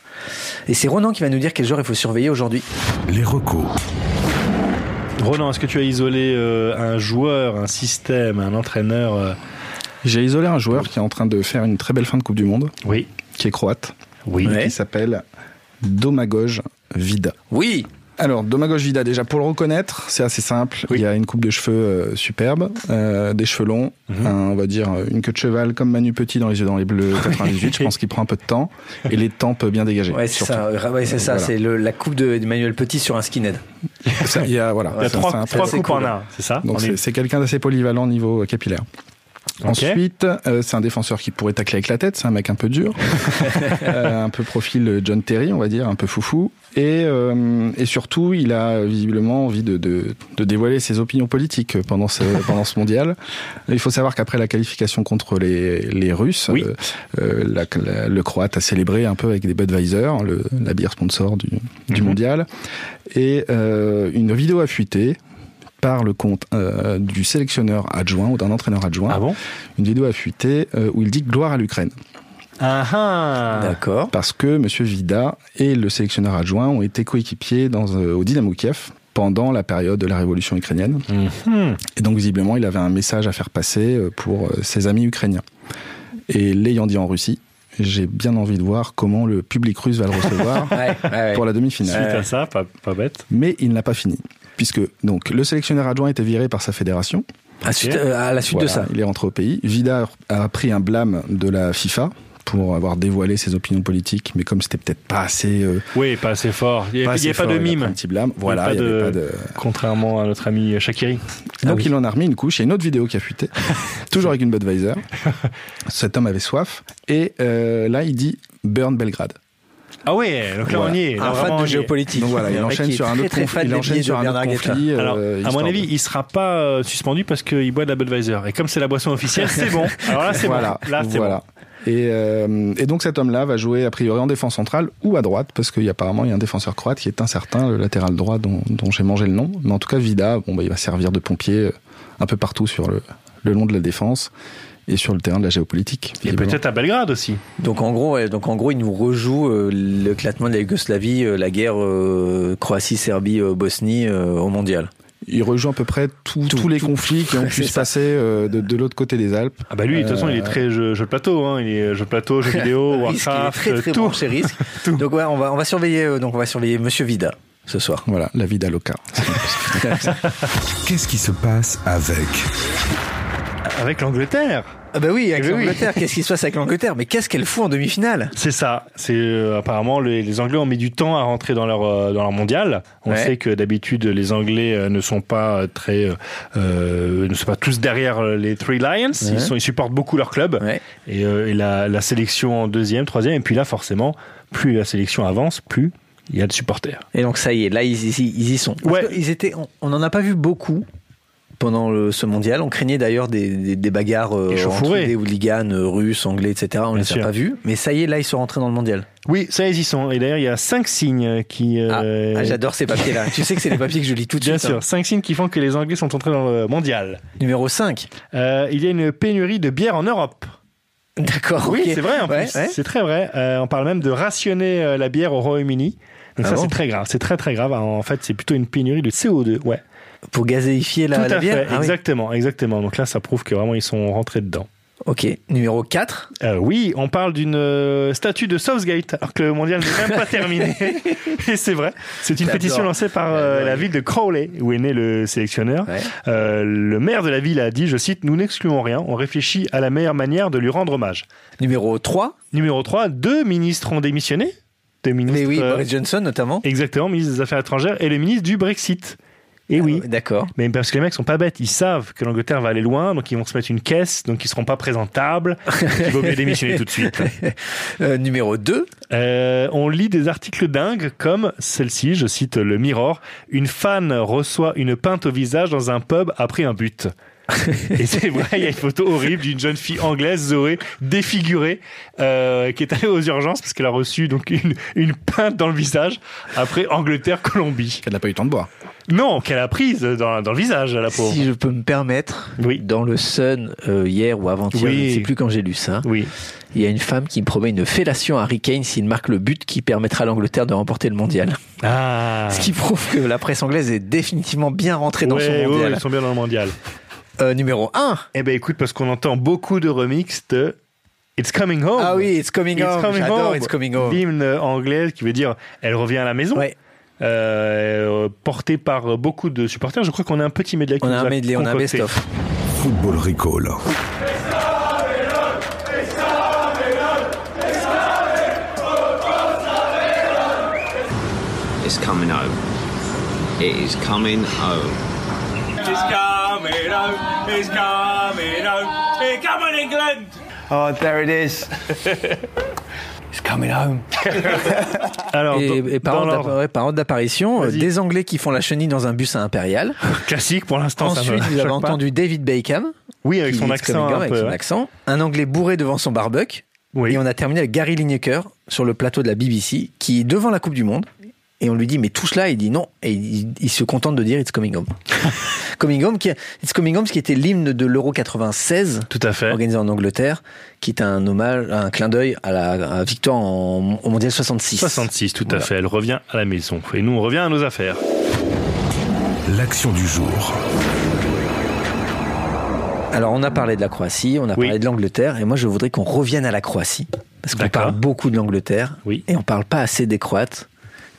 [SPEAKER 4] Et c'est Ronan qui va nous dire quel joueur il faut surveiller aujourd'hui.
[SPEAKER 2] Les recos,
[SPEAKER 3] Ronan, est-ce que tu as isolé euh, un joueur, un système, un entraîneur euh,
[SPEAKER 5] J'ai isolé un joueur qui est en train de faire une très belle fin de Coupe du Monde,
[SPEAKER 3] Oui.
[SPEAKER 5] qui est croate,
[SPEAKER 3] Oui.
[SPEAKER 5] qui s'appelle Domagoj Vida.
[SPEAKER 4] Oui,
[SPEAKER 5] Alors, Domagoj Vida, déjà pour le reconnaître, c'est assez simple.
[SPEAKER 3] Oui.
[SPEAKER 5] Il y a une coupe de cheveux euh, superbe, euh, des cheveux longs, un- on va dire euh, une queue de cheval comme Manu Petit dans les yeux dans les bleus 98. je pense qu'il prend un peu de temps et les tempes bien dégagées.
[SPEAKER 4] ouais, c'est
[SPEAKER 5] surtout.
[SPEAKER 4] ça, ouais, c'est
[SPEAKER 5] Euh,
[SPEAKER 4] ça,
[SPEAKER 5] voilà.
[SPEAKER 4] c'est le- la coupe de- d'Emmanuel Petit sur un skinhead.
[SPEAKER 5] Ça, Il y a voilà.
[SPEAKER 3] Il y a
[SPEAKER 5] ça, c'est
[SPEAKER 3] trois,
[SPEAKER 5] un
[SPEAKER 3] trois
[SPEAKER 5] peu-
[SPEAKER 3] coupes
[SPEAKER 4] cool.
[SPEAKER 3] en un, c'est ça
[SPEAKER 5] Donc
[SPEAKER 3] On
[SPEAKER 5] c'est
[SPEAKER 3] est-
[SPEAKER 5] c'est quelqu'un d'assez polyvalent niveau euh, capillaire.
[SPEAKER 3] Ok.
[SPEAKER 5] Ensuite, euh, c'est un défenseur qui pourrait tacler avec la tête, c'est un mec un peu
[SPEAKER 3] (laughs)
[SPEAKER 5] dur, Euh, un peu profil euh, John Terry, on va dire, un peu foufou. Et, euh, et surtout, il a euh, visiblement envie de, de, de dévoiler ses opinions politiques euh, pendant ce, pendant ce mondial. Il faut savoir qu'après la qualification contre les, les Russes,
[SPEAKER 3] Oui.
[SPEAKER 5] euh, euh, la- la- le Croate a célébré un peu avec des Budweiser, le, la bière sponsor du, du
[SPEAKER 3] Mhm.
[SPEAKER 5] mondial. Et euh, une vidéo a fuité par le compte euh, du sélectionneur adjoint ou d'un entraîneur adjoint.
[SPEAKER 3] Ah bon
[SPEAKER 5] Une vidéo a fuité euh, où il dit gloire à l'Ukraine.
[SPEAKER 3] Ah ah
[SPEAKER 4] D'accord.
[SPEAKER 5] Parce que M. Vida et le sélectionneur adjoint ont été coéquipiers dans, euh, au Dynamo Kiev pendant la période de la révolution ukrainienne.
[SPEAKER 3] Mhm.
[SPEAKER 5] Et donc, visiblement, il avait un message à faire passer euh, pour euh, ses amis ukrainiens. Et l'ayant dit en Russie, j'ai bien envie de voir comment le public russe va le recevoir
[SPEAKER 4] (laughs) Ouais, ouais,
[SPEAKER 5] (laughs)
[SPEAKER 4] ouais.
[SPEAKER 5] pour la demi-finale.
[SPEAKER 3] Suite à ça, pas, pas bête.
[SPEAKER 5] Mais il n'a pas fini. Puisque donc le sélectionneur adjoint a été viré par sa fédération.
[SPEAKER 4] À, suite- euh, à la suite de
[SPEAKER 5] Voilà,
[SPEAKER 4] ça.
[SPEAKER 5] Il est rentré au pays. Vida a pris un blâme de la FIFA pour avoir dévoilé ses opinions politiques, mais comme c'était peut-être pas assez. euh,
[SPEAKER 3] Oui, pas assez fort. Il n'y
[SPEAKER 5] assez
[SPEAKER 3] avait pas
[SPEAKER 5] fort,
[SPEAKER 3] de
[SPEAKER 5] il a pris Un
[SPEAKER 3] mime.
[SPEAKER 5] petit blâme. Voilà,
[SPEAKER 3] pas
[SPEAKER 5] il y avait
[SPEAKER 3] de-
[SPEAKER 5] pas de.
[SPEAKER 3] Contrairement à notre ami Shakiri.
[SPEAKER 5] Donc
[SPEAKER 4] oui.
[SPEAKER 5] il en a remis une couche. Il y a une autre vidéo qui a fuité, toujours avec une Budweiser. Cet homme avait soif. Et euh, là, il dit Burn Belgrade.
[SPEAKER 3] Ah ouais, donc là
[SPEAKER 5] Voilà.
[SPEAKER 3] on y est. Là,
[SPEAKER 4] Un
[SPEAKER 3] vraiment,
[SPEAKER 4] fan
[SPEAKER 3] on y
[SPEAKER 4] de
[SPEAKER 3] est.
[SPEAKER 4] géopolitique.
[SPEAKER 5] Donc voilà, il
[SPEAKER 4] mec
[SPEAKER 5] enchaîne
[SPEAKER 4] qui est
[SPEAKER 5] sur un
[SPEAKER 4] très,
[SPEAKER 5] autre
[SPEAKER 4] très
[SPEAKER 5] conflit.
[SPEAKER 4] fan
[SPEAKER 5] Il
[SPEAKER 4] des
[SPEAKER 5] enchaîne
[SPEAKER 4] billets
[SPEAKER 5] sur
[SPEAKER 4] de
[SPEAKER 5] un
[SPEAKER 4] Bernard
[SPEAKER 5] autre
[SPEAKER 4] Guetta.
[SPEAKER 5] conflit. euh,
[SPEAKER 3] Alors, à mon
[SPEAKER 5] histoire
[SPEAKER 3] avis,
[SPEAKER 5] de-
[SPEAKER 3] il sera pas euh, suspendu parce qu'il boit de la Budweiser. Et comme c'est la boisson officielle, c'est bon. Alors là, Ah, c'est
[SPEAKER 5] voilà.
[SPEAKER 3] bon. Là, c'est
[SPEAKER 5] voilà. Et, euh, et donc cet homme-là va jouer a priori en défense centrale ou à droite, parce qu'apparemment il y a un défenseur croate qui est incertain, le latéral droit dont, dont j'ai mangé le nom. Mais en tout cas, Vida, bon, bah, il va servir de pompier euh, un peu partout sur le, le long de la défense et sur le terrain de la géopolitique.
[SPEAKER 3] bon. Et
[SPEAKER 5] visiblement.
[SPEAKER 3] peut-être à Belgrade aussi.
[SPEAKER 4] Donc en gros, ouais, donc en gros, il nous rejoue euh, l'éclatement de la Yougoslavie, euh, la guerre euh, Croatie, Serbie, euh, Bosnie euh, au mondial.
[SPEAKER 5] Il rejoue à peu près tout-
[SPEAKER 4] Tout,
[SPEAKER 5] tous les
[SPEAKER 4] tout.
[SPEAKER 5] conflits qui ont
[SPEAKER 4] C'est
[SPEAKER 5] pu se
[SPEAKER 4] ça.
[SPEAKER 5] passer euh, de, de l'autre côté des Alpes.
[SPEAKER 3] Ah bah lui, de toute façon,
[SPEAKER 5] Euh,
[SPEAKER 3] il est très jeu, jeu de plateau. Hein. Il est jeu de plateau, jeu vidéo,
[SPEAKER 4] Risque, il est
[SPEAKER 3] Warcraft,
[SPEAKER 4] très très
[SPEAKER 3] tout.
[SPEAKER 4] bon chez (laughs) Risque. donc ouais, on va on va surveiller euh, donc on va surveiller Monsieur Vida ce soir.
[SPEAKER 5] Voilà, la vie d'Aloca.
[SPEAKER 2] qu'est-ce qui se passe avec
[SPEAKER 3] Avec l'Angleterre
[SPEAKER 4] Ah bah oui, avec
[SPEAKER 3] Eh ben oui.
[SPEAKER 4] l'Angleterre, (laughs) qu'est-ce qui se passe avec l'Angleterre Mais qu'est-ce qu'elle fout en demi-finale
[SPEAKER 3] C'est ça. C'est euh, apparemment les, les Anglais ont mis du temps à rentrer dans leur euh, dans leur mondial. On
[SPEAKER 4] Ouais.
[SPEAKER 3] sait que d'habitude les Anglais euh, ne sont pas euh, très euh, euh, ne sont pas tous derrière euh, les Three Lions.
[SPEAKER 4] Ouais.
[SPEAKER 3] Ils sont ils supportent beaucoup leur club
[SPEAKER 4] Ouais.
[SPEAKER 3] et, euh, et la, la sélection en deuxième, troisième et puis là forcément plus la sélection avance, plus il y a de supporters.
[SPEAKER 4] Et donc ça y est, là ils, ils- ils y sont. Parce
[SPEAKER 3] Ouais.
[SPEAKER 4] que Ils étaient, on- on n'en a pas vu beaucoup pendant le- ce mondial. On craignait d'ailleurs des, des- des bagarres euh, entre
[SPEAKER 3] chauffourées.
[SPEAKER 4] des hooligans euh, russes, anglais, etc. On
[SPEAKER 3] Bien
[SPEAKER 4] les
[SPEAKER 3] sûr.
[SPEAKER 4] a pas vus. Mais ça y est, là ils sont rentrés dans le mondial.
[SPEAKER 3] Oui, ça ils y sont. Et d'ailleurs il y a cinq signes qui
[SPEAKER 4] Ah,
[SPEAKER 3] euh,
[SPEAKER 4] Ah, J'adore
[SPEAKER 3] (laughs)
[SPEAKER 4] ces papiers-là. tu sais que c'est les papiers que je lis tout de
[SPEAKER 3] bien
[SPEAKER 4] suite.
[SPEAKER 3] sûr
[SPEAKER 4] hein.
[SPEAKER 3] cinq signes qui font que les Anglais sont entrés dans le mondial.
[SPEAKER 4] Numéro 5.
[SPEAKER 3] Euh, il y a une pénurie de bière en Europe.
[SPEAKER 4] D'accord.
[SPEAKER 3] Oui,
[SPEAKER 4] (laughs) ok.
[SPEAKER 3] c'est vrai en
[SPEAKER 4] Ouais,
[SPEAKER 3] plus.
[SPEAKER 4] ouais.
[SPEAKER 3] C'est très vrai. Euh, on parle même de rationner euh, la bière au Royaume-Uni. Donc
[SPEAKER 4] Ah
[SPEAKER 3] ça,
[SPEAKER 4] bon
[SPEAKER 3] c'est très grave. C'est très très grave. En fait, c'est plutôt une pénurie de CO2. Ouais.
[SPEAKER 4] Pour gazéifier la,
[SPEAKER 3] Tout
[SPEAKER 4] la
[SPEAKER 3] à
[SPEAKER 4] bière.
[SPEAKER 3] fait.
[SPEAKER 4] Ah oui.
[SPEAKER 3] exactement, exactement. Donc là, ça prouve que vraiment ils sont rentrés dedans.
[SPEAKER 4] Ok. Numéro 4.
[SPEAKER 3] Euh, oui, on parle d'une euh, statue de Southgate, alors que le mondial n'est
[SPEAKER 4] (laughs)
[SPEAKER 3] même pas terminé. Et c'est vrai. C'est une
[SPEAKER 4] J'adore.
[SPEAKER 3] pétition lancée par euh,
[SPEAKER 4] J'adore.
[SPEAKER 3] la ville de Crowley, où est né le sélectionneur.
[SPEAKER 4] Ouais.
[SPEAKER 3] Euh, le maire de la ville a dit, je cite, nous n'excluons rien. On réfléchit à la meilleure manière de lui rendre hommage.
[SPEAKER 4] Numéro 3.
[SPEAKER 3] Numéro 3, deux ministres ont démissionné. Deux ministres.
[SPEAKER 4] Mais oui,
[SPEAKER 3] euh,
[SPEAKER 4] Boris Johnson notamment.
[SPEAKER 3] exactement, ministre des Affaires étrangères et le ministre du Brexit. Et oui.
[SPEAKER 4] Ah, D'accord.
[SPEAKER 3] Mais parce que les mecs sont pas bêtes, ils savent que l'Angleterre va aller loin, donc ils vont se mettre une caisse, donc ils seront pas
[SPEAKER 4] (laughs)
[SPEAKER 3] présentables, donc il vaut mieux démissionner tout de suite.
[SPEAKER 4] Euh, numéro 2.
[SPEAKER 3] Euh, on lit des articles dingues comme celle-ci, je cite le Mirror, une fan reçoit une peinte au visage dans un pub après un but. Et c'est vrai, il y a une photo horrible d'une jeune fille anglaise, Zoé, défigurée, euh, qui est allée aux urgences parce qu'elle a reçu donc une, une peinte dans le visage après Angleterre-Colombie.
[SPEAKER 5] Elle n'a pas eu le temps de boire.
[SPEAKER 3] Non, qu'elle a prise dans, dans le visage, la pauvre.
[SPEAKER 4] Si je peux me permettre,
[SPEAKER 3] Ah, Oui.
[SPEAKER 4] dans le Sun euh, hier ou avant-hier,
[SPEAKER 3] Oui.
[SPEAKER 4] je ne sais plus quand j'ai lu ça,
[SPEAKER 3] Oui.
[SPEAKER 4] il y a une femme qui promet une fellation à Harry Kane s'il marque le but qui permettra à l'Angleterre de remporter le mondial.
[SPEAKER 3] Ah.
[SPEAKER 4] Ce qui prouve que la presse anglaise est définitivement bien rentrée dans
[SPEAKER 3] Ouais,
[SPEAKER 4] son
[SPEAKER 3] ouais,
[SPEAKER 4] mondial.
[SPEAKER 3] ils sont bien dans le mondial.
[SPEAKER 4] Euh, numéro 1.
[SPEAKER 3] Eh ben écoute, parce qu'on entend beaucoup de remix de It's Coming Home.
[SPEAKER 4] ah oui, It's Coming
[SPEAKER 3] It's
[SPEAKER 4] Home.
[SPEAKER 3] Coming
[SPEAKER 4] J'adore
[SPEAKER 3] Home.
[SPEAKER 4] It's Coming Home.
[SPEAKER 3] L'hymne anglais qui veut dire elle revient à la maison.
[SPEAKER 4] Ouais,
[SPEAKER 3] Euh, porté par beaucoup de supporters. Je crois qu'on a un petit medley. qui
[SPEAKER 4] on a
[SPEAKER 3] nous
[SPEAKER 4] un medley, on a un
[SPEAKER 3] concocté.
[SPEAKER 4] best-of.
[SPEAKER 2] Football Recall.
[SPEAKER 7] It's coming home. It is coming home.
[SPEAKER 8] It's coming home, it's coming home, Hey, come on England!
[SPEAKER 9] Oh, there it is. it's coming home.
[SPEAKER 3] Alors,
[SPEAKER 4] Et,
[SPEAKER 3] dans-
[SPEAKER 4] et par
[SPEAKER 3] dans
[SPEAKER 4] ordre
[SPEAKER 3] l'ordre
[SPEAKER 4] d'app- ouais, par ordre d'apparition, euh,
[SPEAKER 3] Vas-y.
[SPEAKER 4] des Anglais qui font la chenille dans un bus à Impérial.
[SPEAKER 3] classique pour l'instant. ça me
[SPEAKER 4] Ensuite, vous avez
[SPEAKER 3] choque pas.
[SPEAKER 4] entendu David Beckham.
[SPEAKER 3] Oui, avec
[SPEAKER 4] qui
[SPEAKER 3] son
[SPEAKER 4] dit
[SPEAKER 3] accent.
[SPEAKER 4] Coming Home
[SPEAKER 3] Un
[SPEAKER 4] avec
[SPEAKER 3] peu,
[SPEAKER 4] son
[SPEAKER 3] ouais.
[SPEAKER 4] accent. Un Anglais bourré devant son barbuck.
[SPEAKER 3] Oui.
[SPEAKER 4] Et on a terminé avec Gary Lineker sur le plateau de la BBC, qui est devant la Coupe du Monde. Et on lui dit, mais tout cela, il dit non. Et il, il se contente de dire It's Coming Home. (laughs) coming Home, qui, It's Coming Home, ce qui était l'hymne de l'Euro 96,
[SPEAKER 3] Tout à fait.
[SPEAKER 4] organisé en Angleterre, qui est un hommage, un clin d'œil à la à la victoire en- au Mondial 66.
[SPEAKER 3] 66, tout à fait. Elle revient à la maison. Et nous, on revient à nos affaires.
[SPEAKER 2] L'action du jour.
[SPEAKER 4] Alors, on a parlé de la Croatie, on a
[SPEAKER 3] Oui.
[SPEAKER 4] parlé de l'Angleterre, et moi, je voudrais qu'on revienne à la Croatie. Parce qu'on
[SPEAKER 3] D'accord.
[SPEAKER 4] parle beaucoup de l'Angleterre,
[SPEAKER 3] Oui.
[SPEAKER 4] et on parle pas assez des Croates,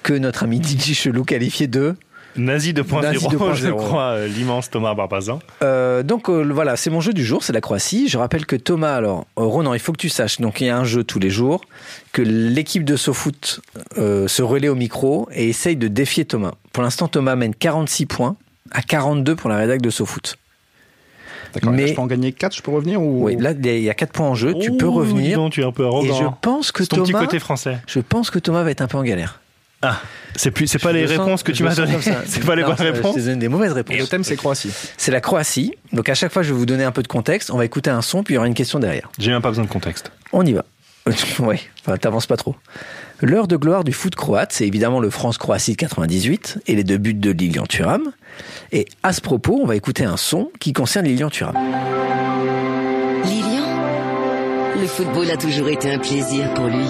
[SPEAKER 4] que notre ami Didier Chelou qualifiait de...
[SPEAKER 3] Nazi 2.0,
[SPEAKER 4] Nazi 2.0,
[SPEAKER 3] je
[SPEAKER 4] ouais.
[SPEAKER 3] crois, euh, l'immense Thomas Barbazan.
[SPEAKER 4] Euh, donc euh, voilà, c'est mon jeu du jour, c'est la Croatie. Je rappelle que Thomas, alors euh, Ronan, il faut que tu saches, donc il y a un jeu tous les jours, que l'équipe de SoFoot euh, se relaie au micro et essaye de défier Thomas. Pour l'instant, Thomas mène 46 points à 42 pour la rédac de SoFoot.
[SPEAKER 5] D'accord. Mais...
[SPEAKER 4] Mais-
[SPEAKER 5] je peux en gagner 4, je peux revenir ou...
[SPEAKER 4] Oui, là il y a- il y a 4 points en jeu, tu peux
[SPEAKER 3] Ouh, Oh. dis
[SPEAKER 4] revenir.
[SPEAKER 3] donc, tu es un peu
[SPEAKER 4] Et
[SPEAKER 3] arrogant.
[SPEAKER 4] je pense que
[SPEAKER 3] C'est ton petit
[SPEAKER 4] Thomas,
[SPEAKER 3] côté français.
[SPEAKER 4] je pense que Thomas va être un peu en galère.
[SPEAKER 3] Ah, c'est plus, c'est pas
[SPEAKER 4] Je
[SPEAKER 3] les
[SPEAKER 4] le sens-
[SPEAKER 3] réponses que
[SPEAKER 4] je
[SPEAKER 3] tu
[SPEAKER 4] le
[SPEAKER 3] m'as
[SPEAKER 4] sens
[SPEAKER 3] données.
[SPEAKER 4] comme ça.
[SPEAKER 3] (laughs) C'est pas les
[SPEAKER 4] Non,
[SPEAKER 3] bonnes
[SPEAKER 4] ça,
[SPEAKER 3] réponses.
[SPEAKER 4] Je te donne des mauvaises
[SPEAKER 5] Et le
[SPEAKER 4] réponses.
[SPEAKER 5] thème, c'est Croatie.
[SPEAKER 4] C'est la Croatie. Donc à chaque fois, je vais vous donner un peu de contexte. On va écouter un son, puis il y aura une question derrière.
[SPEAKER 3] J'ai même pas besoin de contexte.
[SPEAKER 4] On y va. (laughs) ouais, enfin, t'avances pas trop. L'heure de gloire du foot croate, c'est évidemment le France-Croatie de 98 et les deux buts de Lilian Thuram. Et à ce propos, on va écouter un son qui concerne Lilian Thuram.
[SPEAKER 10] Lilian Le football a toujours été un plaisir pour lui.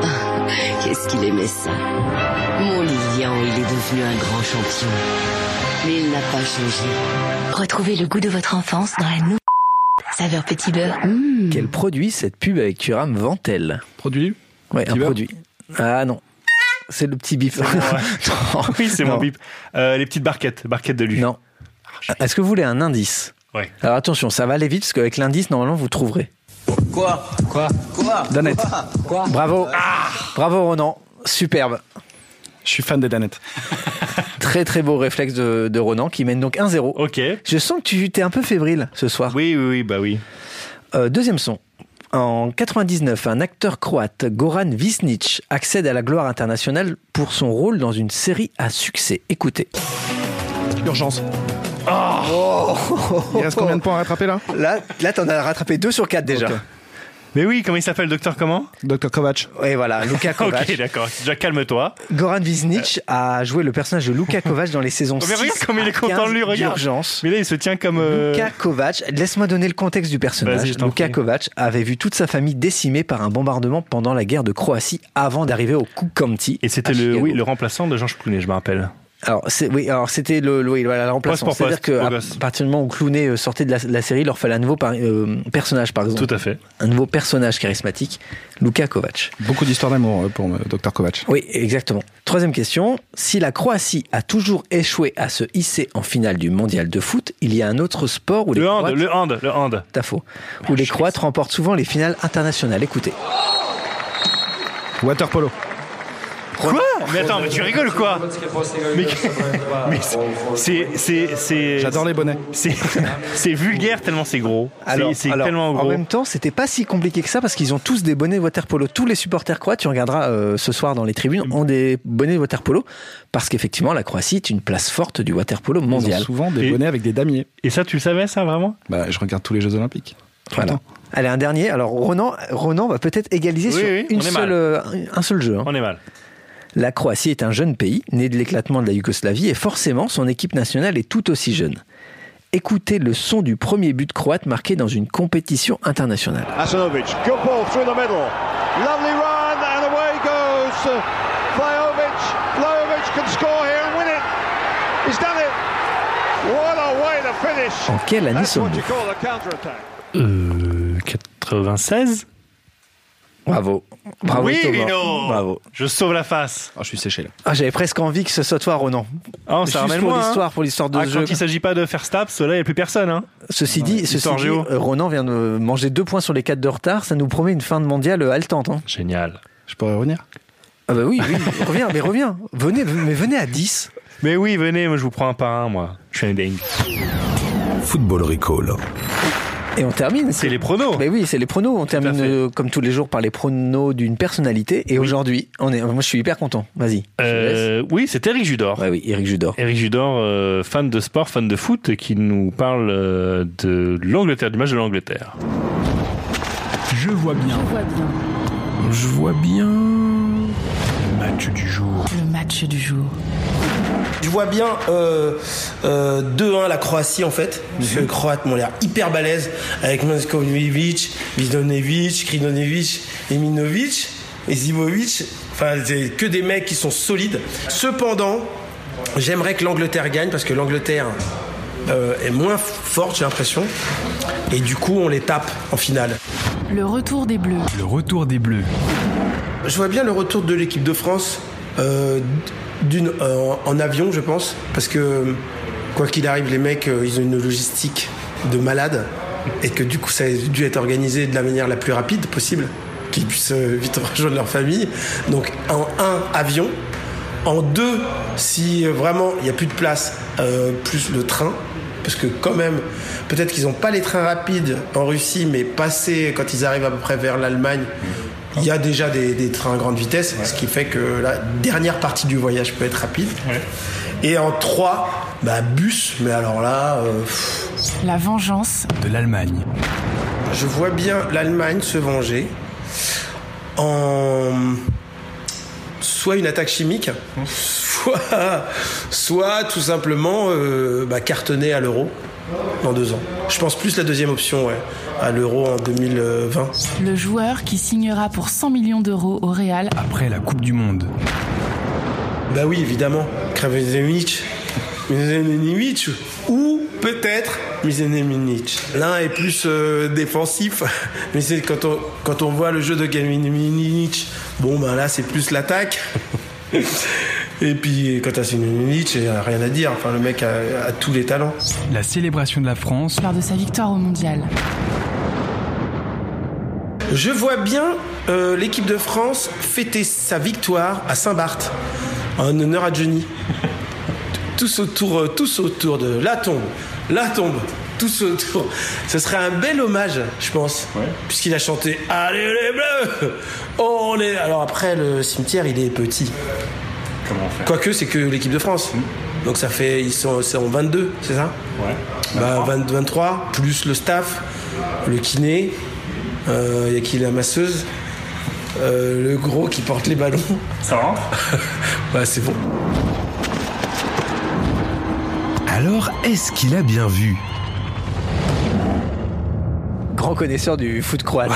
[SPEAKER 10] Ah, Qu'est-ce qu'il aimait ça Mon Lilian, il est devenu un grand champion. Mais il n'a pas changé.
[SPEAKER 1] Retrouvez le goût de votre enfance dans la nouvelle saveur petit beurre. Mmh.
[SPEAKER 4] Quel produit cette pub avec Thuram vend-elle
[SPEAKER 5] Produit
[SPEAKER 4] Ouais,
[SPEAKER 5] Petit
[SPEAKER 4] un
[SPEAKER 5] beurre
[SPEAKER 4] produit. Ah non. C'est le petit bif. Non.
[SPEAKER 3] (laughs) Oui, c'est mon
[SPEAKER 4] (laughs) Non.
[SPEAKER 3] bip. Euh, les petites barquettes, barquettes de lui.
[SPEAKER 4] Non. Est-ce que vous voulez un indice
[SPEAKER 3] Ouais.
[SPEAKER 4] Alors attention, ça va aller vite parce qu'avec l'indice, normalement, vous trouverez.
[SPEAKER 9] Quoi Quoi Quoi
[SPEAKER 4] Danette.
[SPEAKER 9] Quoi
[SPEAKER 4] Bravo. Bravo Ronan. Superbe.
[SPEAKER 5] Je suis fan des Danettes.
[SPEAKER 4] (laughs) Très très beau réflexe de, de Ronan qui mène donc 1-0.
[SPEAKER 3] Ok.
[SPEAKER 4] Je sens que tu t'es un peu fébrile ce soir.
[SPEAKER 3] Oui, oui, oui, bah oui.
[SPEAKER 4] Euh, deuxième son. En 99, un acteur croate, Goran Visnić, accède à la gloire internationale pour son rôle dans une série à succès. Écoutez.
[SPEAKER 5] Urgence. Il reste combien de points à rattraper là
[SPEAKER 4] Oh. Là, là t'en as rattrapé 2 sur 4 déjà.
[SPEAKER 3] Mais oui, comment il s'appelle, docteur comment
[SPEAKER 5] Docteur Kovac.
[SPEAKER 4] Et
[SPEAKER 3] (laughs)
[SPEAKER 4] voilà, Luka Kovac.
[SPEAKER 3] Ok, d'accord. Déjà, calme-toi.
[SPEAKER 4] Goran Visnić a joué le personnage de Luka Kovac dans les saisons
[SPEAKER 3] Oh, mais
[SPEAKER 4] 6
[SPEAKER 3] regarde comme il est
[SPEAKER 4] à
[SPEAKER 3] content de lui,
[SPEAKER 4] 15
[SPEAKER 3] regarde.
[SPEAKER 4] d'urgence.
[SPEAKER 3] Mais là, il se tient comme. euh,
[SPEAKER 4] Luka Kovac, laisse-moi donner le contexte du
[SPEAKER 3] Vas-y,
[SPEAKER 4] personnage.
[SPEAKER 3] je t'en
[SPEAKER 4] Luka
[SPEAKER 3] prie.
[SPEAKER 4] Kovac avait vu toute sa famille décimée par un bombardement pendant la guerre de Croatie avant d'arriver au Kukanti.
[SPEAKER 3] Et c'était
[SPEAKER 4] à
[SPEAKER 3] le,
[SPEAKER 4] Chicago.
[SPEAKER 3] oui, le remplaçant de Jean Chouclounet, je me rappelle.
[SPEAKER 4] Alors, c'est, oui, alors c'était le, le, oui, voilà, le remplaçant.
[SPEAKER 3] Poste pour
[SPEAKER 4] C'est-à-dire
[SPEAKER 3] poste,
[SPEAKER 4] qu'à
[SPEAKER 3] au gosse.
[SPEAKER 4] partir du moment où Clooney euh, sortait de la, de la série, il leur fallait un nouveau par- euh, personnage, par exemple.
[SPEAKER 3] Tout à fait.
[SPEAKER 4] Un nouveau personnage charismatique, Luka Kovac.
[SPEAKER 5] Beaucoup d'histoires d'amour euh, pour Docteur Kovac.
[SPEAKER 4] Oui, exactement. Troisième question. Si la Croatie a toujours échoué à se hisser en finale du mondial de foot, il y a un autre sport où les
[SPEAKER 3] Le hand,
[SPEAKER 4] Croates...
[SPEAKER 3] le hand, le hand.
[SPEAKER 4] T'as faux. Où les Croates remportent souvent les finales internationales. Écoutez.
[SPEAKER 5] Water polo.
[SPEAKER 3] Quoi Mais attends, mais tu rigoles ou quoi Mais, (laughs) mais c'est. c'est- c'est-
[SPEAKER 5] J'adore les bonnets.
[SPEAKER 3] C'est (laughs) c'est vulgaire tellement c'est gros. C'est-
[SPEAKER 4] Alors,
[SPEAKER 3] C'est
[SPEAKER 4] alors,
[SPEAKER 3] tellement gros.
[SPEAKER 4] en même temps, c'était pas si compliqué que ça parce qu'ils ont tous des bonnets waterpolo. Tous les supporters croates, tu regarderas euh, ce soir dans les
[SPEAKER 3] Mm.
[SPEAKER 4] tribunes, ont des bonnets waterpolo parce qu'effectivement, la Croatie est une place forte du waterpolo
[SPEAKER 5] Ils ont
[SPEAKER 4] mondial.
[SPEAKER 5] souvent des
[SPEAKER 3] Et-
[SPEAKER 5] bonnets avec des damiers.
[SPEAKER 3] Et ça, tu le savais, ça, vraiment
[SPEAKER 5] Bah, je regarde tous les Jeux Olympiques.
[SPEAKER 4] Voilà. Allez, un dernier. Alors, Ronan, Ronan va peut-être égaliser
[SPEAKER 3] Oui,
[SPEAKER 4] sur
[SPEAKER 3] oui,
[SPEAKER 4] une
[SPEAKER 3] on est
[SPEAKER 4] seule,
[SPEAKER 3] mal.
[SPEAKER 4] euh, un seul jeu. hein.
[SPEAKER 3] On est mal.
[SPEAKER 4] La Croatie est un jeune pays, né de l'éclatement de la Yougoslavie, et forcément son équipe nationale est tout aussi jeune. Écoutez le son du premier but croate marqué dans une compétition internationale.
[SPEAKER 8] Asanovic, good ball through the middle. Lovely run, and away goes Vlahovic. Vlahovic can score here and win it. He's done it. What a way to finish.
[SPEAKER 4] En quelle année
[SPEAKER 8] That's what
[SPEAKER 4] sommes-nous
[SPEAKER 8] you call a counter-attack.
[SPEAKER 3] Euh. 96
[SPEAKER 4] Bravo. Bravo
[SPEAKER 3] Oui,
[SPEAKER 4] Ah Thomas.
[SPEAKER 3] Lino
[SPEAKER 4] Bravo.
[SPEAKER 3] Je sauve la face.
[SPEAKER 5] Ah, je suis séché là.
[SPEAKER 4] Ah, J'avais presque envie que ce soit toi, Ronan.
[SPEAKER 3] Ah, on
[SPEAKER 4] Juste
[SPEAKER 3] s'en ramène
[SPEAKER 4] pour
[SPEAKER 3] moins, hein.
[SPEAKER 4] l'histoire, pour l'histoire de
[SPEAKER 3] Ah,
[SPEAKER 4] ce
[SPEAKER 3] quand
[SPEAKER 4] jeu.
[SPEAKER 3] il s'agit pas de faire Staps, là, il n'y a plus personne. Hein.
[SPEAKER 4] Ceci dit, ceci
[SPEAKER 3] histoire
[SPEAKER 4] dit,
[SPEAKER 3] géo.
[SPEAKER 4] euh, Ronan vient de manger deux points sur les quatre de retard. Ça nous promet une fin de mondiale haletante. hein.
[SPEAKER 3] Génial.
[SPEAKER 5] Je pourrais revenir
[SPEAKER 4] Ah bah oui, oui. (laughs) reviens, mais reviens. Venez, mais venez à 10.
[SPEAKER 3] Mais oui, venez, moi, je vous prends un par un, moi. Je suis un dingue.
[SPEAKER 2] Football Recall.
[SPEAKER 4] Et on termine.
[SPEAKER 3] C'est les pronos.
[SPEAKER 4] (laughs) Mais oui, c'est les pronos. On termine
[SPEAKER 3] fait.
[SPEAKER 4] euh, comme tous les jours par les pronos d'une personnalité. Et aujourd'hui, on est. Moi, je suis hyper content. Vas-y. je te laisse.
[SPEAKER 3] Euh, oui, c'est Eric Judor.
[SPEAKER 4] Ouais, oui, Eric Judor.
[SPEAKER 3] Eric Judor, euh, fan de sport, fan de foot, qui nous parle euh, de l'Angleterre, du match de l'Angleterre.
[SPEAKER 11] Je vois bien.
[SPEAKER 2] Je vois bien.
[SPEAKER 11] Match du jour.
[SPEAKER 1] Le match du jour.
[SPEAKER 9] Je vois bien euh, euh, 2-1 la Croatie en fait. Parce que les Croates m'ont l'air hyper balèzes avec Moskovjevic, Vidonevic, Kridonevic, Eminovic et Zivovic. Enfin, c'est que des mecs qui sont solides. Cependant, j'aimerais que l'Angleterre gagne parce que l'Angleterre euh, est moins forte, j'ai l'impression. Et du coup, on les tape en finale.
[SPEAKER 1] Le retour des Bleus.
[SPEAKER 11] Le retour des Bleus.
[SPEAKER 9] Je vois bien le retour de l'équipe de France euh, d'une euh, en avion, je pense, parce que quoi qu'il arrive, les mecs, euh, ils ont une logistique de malade et que du coup, ça a dû être organisé de la manière la plus rapide possible, qu'ils puissent euh, vite (laughs) rejoindre leur famille. Donc en un avion, en deux, si euh, vraiment il n'y a plus de place, euh, plus le train. Parce que quand même, peut-être qu'ils n'ont pas les trains rapides en Russie, mais passer quand ils arrivent à peu près vers l'Allemagne, il y a déjà des, des trains à grande vitesse, ce qui fait que la dernière partie du voyage peut être rapide. Et en trois, bah, bus, mais alors là, euh, pff,
[SPEAKER 1] La vengeance.
[SPEAKER 11] De l'Allemagne.
[SPEAKER 9] je vois bien l'Allemagne se venger en soit une attaque chimique, soit, soit tout simplement euh, bah, cartonner à l'euro dans deux ans. Je pense plus la deuxième option, ouais, à l'euro en 2020.
[SPEAKER 1] Le joueur qui signera pour 100 millions d'euros au Real.
[SPEAKER 11] Après la Coupe du Monde.
[SPEAKER 9] Bah oui, évidemment. Kravezemich. Mizenenich ou peut-être Mizenenich. L'un est plus euh, défensif, (laughs) mais c'est quand on, quand bah on voit le jeu de Gaminenich, bon ben là c'est plus l'attaque. Et puis, quand t'as Sinonic, il a rien à dire. Enfin, le mec a, a tous les talents.
[SPEAKER 11] La célébration de la France.
[SPEAKER 12] Lors de sa victoire au mondial.
[SPEAKER 9] Je vois bien euh, l'équipe de France fêter sa victoire à Saint-Barth. En honneur à Johnny. Tous autour, euh, tous autour de la tombe, la tombe, tous autour. Ce serait un bel hommage, je pense. Puisqu'il a chanté Allez les bleus On est. Alors après, le cimetière, il est petit.
[SPEAKER 13] Comment on fait
[SPEAKER 9] Quoique, c'est que l'équipe de France. Donc ça fait, ils sont, c'est en 22, c'est ça
[SPEAKER 13] Mm. Ouais.
[SPEAKER 9] Bah, 20 23, plus le staff, le kiné, il y a qui la masseuse, euh, le gros qui porte les ballons.
[SPEAKER 13] Ça rentre
[SPEAKER 9] (laughs) Bah c'est bon.
[SPEAKER 2] Alors, est-ce qu'il a bien vu
[SPEAKER 3] euh,
[SPEAKER 4] Grand connaisseur du foot croate.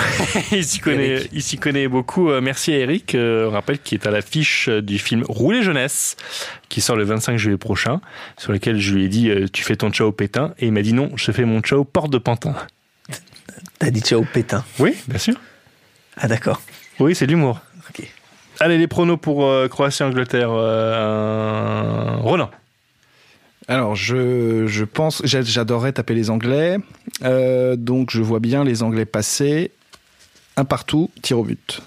[SPEAKER 3] il s'y connaît, il s'y connaît beaucoup. Euh, merci à Eric. Euh, on rappelle qu'il est à l'affiche euh, du film Rouler jeunesse, qui sort le 25 juillet prochain, sur lequel je lui ai dit euh, tu fais ton ciao pétain, et il m'a dit non, je fais mon ciao porte de pantin.
[SPEAKER 4] (laughs) T'as dit ciao pétain.
[SPEAKER 3] Oui, bien sûr.
[SPEAKER 4] Ah d'accord.
[SPEAKER 3] Oui, c'est de l'humour.
[SPEAKER 4] Ok.
[SPEAKER 3] Allez, les pronos pour euh, Croatie-Angleterre. euh, Roland.
[SPEAKER 5] Alors, je, je pense, j'a- j'adorerais taper les Anglais. Euh, donc, je vois bien les Anglais passer. Un partout, tir au but.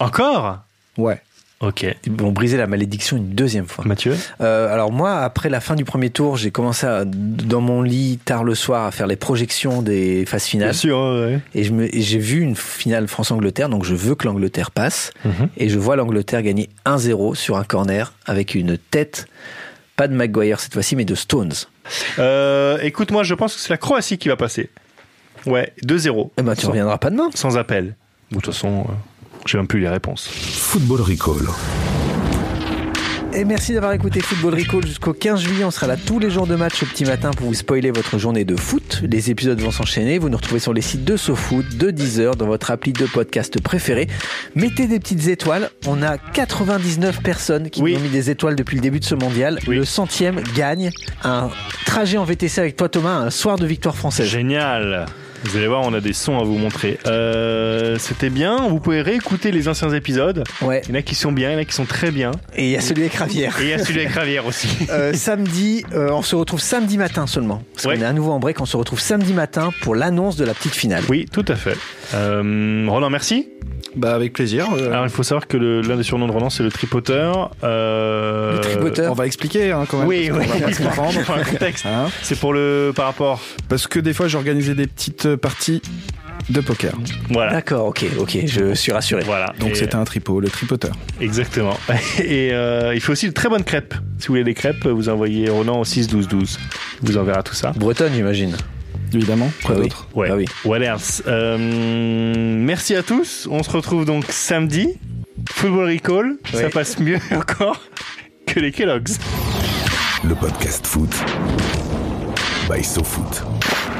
[SPEAKER 3] Encore
[SPEAKER 5] Ouais.
[SPEAKER 3] Ok.
[SPEAKER 4] Ils vont briser la malédiction une deuxième fois.
[SPEAKER 3] Mathieu
[SPEAKER 4] Euh, alors moi, après la fin du premier tour, j'ai commencé à- dans mon lit tard le soir à faire les projections des phases finales.
[SPEAKER 3] sûr, ouais.
[SPEAKER 4] Et je me- et j'ai vu une finale France-Angleterre, donc je veux que l'Angleterre passe.
[SPEAKER 3] Mhm.
[SPEAKER 4] Et je vois l'Angleterre gagner 1-0 sur un corner avec une tête, pas de Maguire cette fois-ci, mais de Stones.
[SPEAKER 3] Euh, écoute, moi, je pense que c'est la Croatie qui va passer. Ouais, 2-0.
[SPEAKER 4] Eh ben, tu
[SPEAKER 3] Sans-
[SPEAKER 4] reviendras pas demain.
[SPEAKER 3] Sans appel. Bon, de toute façon, euh, j'ai même plus les réponses.
[SPEAKER 2] Football Recall.
[SPEAKER 4] Et merci d'avoir écouté Football Recall jusqu'au 15 juillet. On sera là tous les jours de match au petit matin pour vous spoiler votre journée de foot. Les épisodes vont s'enchaîner. Vous nous retrouvez sur les sites de SoFoot, de Deezer, dans votre appli de podcast préféré. Mettez des petites étoiles. On a 99 personnes qui
[SPEAKER 3] Oui.
[SPEAKER 4] nous ont mis des étoiles depuis le début de ce mondial.
[SPEAKER 3] Oui.
[SPEAKER 4] Le centième gagne un trajet en VTC avec toi Thomas, un soir de victoire française.
[SPEAKER 3] Génial vous allez voir, on a des sons à vous montrer. Euh, C'était bien. Vous pouvez réécouter les anciens épisodes.
[SPEAKER 4] Ouais.
[SPEAKER 3] Il y en a qui sont bien, il y en a qui sont très bien.
[SPEAKER 4] Et il y a celui avec Ravière.
[SPEAKER 3] Et il y a celui avec Ravière aussi.
[SPEAKER 4] Euh, (laughs) samedi, euh, on se retrouve samedi matin seulement. Parce
[SPEAKER 3] Ouais.
[SPEAKER 4] qu'on est à nouveau en break, on se retrouve samedi matin pour l'annonce de la petite finale.
[SPEAKER 3] (laughs) Oui, tout à fait. Euh, Roland, merci.
[SPEAKER 5] Bah, avec plaisir. Euh,
[SPEAKER 3] Alors, il faut savoir que le- l'un des surnoms de Roland, c'est le tripoteur. Euh,
[SPEAKER 4] Le tripoteur.
[SPEAKER 5] on va expliquer hein, quand même.
[SPEAKER 3] Oui, oui.
[SPEAKER 5] parce qu'on va pas
[SPEAKER 3] (laughs)
[SPEAKER 5] se comprendre.
[SPEAKER 3] Pour un contexte.
[SPEAKER 5] Hein,
[SPEAKER 3] C'est pour le par rapport.
[SPEAKER 5] parce que des fois, j'organisais des petites parties de poker.
[SPEAKER 3] Voilà.
[SPEAKER 4] D'accord, ok, ok, je suis rassuré.
[SPEAKER 3] Voilà.
[SPEAKER 5] Donc,
[SPEAKER 3] Et-
[SPEAKER 5] c'était un tripot, le tripoteur.
[SPEAKER 3] Exactement. (laughs) Et euh, il fait aussi de très bonnes crêpes. Si vous voulez des crêpes, vous envoyez Roland au 6 12 12. Il vous enverra tout ça.
[SPEAKER 4] Bretonne, j'imagine.
[SPEAKER 5] Évidemment. Quoi
[SPEAKER 4] Ah oui.
[SPEAKER 5] d'autre
[SPEAKER 3] Ouais.
[SPEAKER 4] Ah oui.
[SPEAKER 3] What else Euh, Merci à tous. On se retrouve donc samedi. Football Recall. Ça
[SPEAKER 4] Oui.
[SPEAKER 3] passe mieux (laughs) encore que les Kellogg's.
[SPEAKER 2] Le podcast foot. By SoFoot.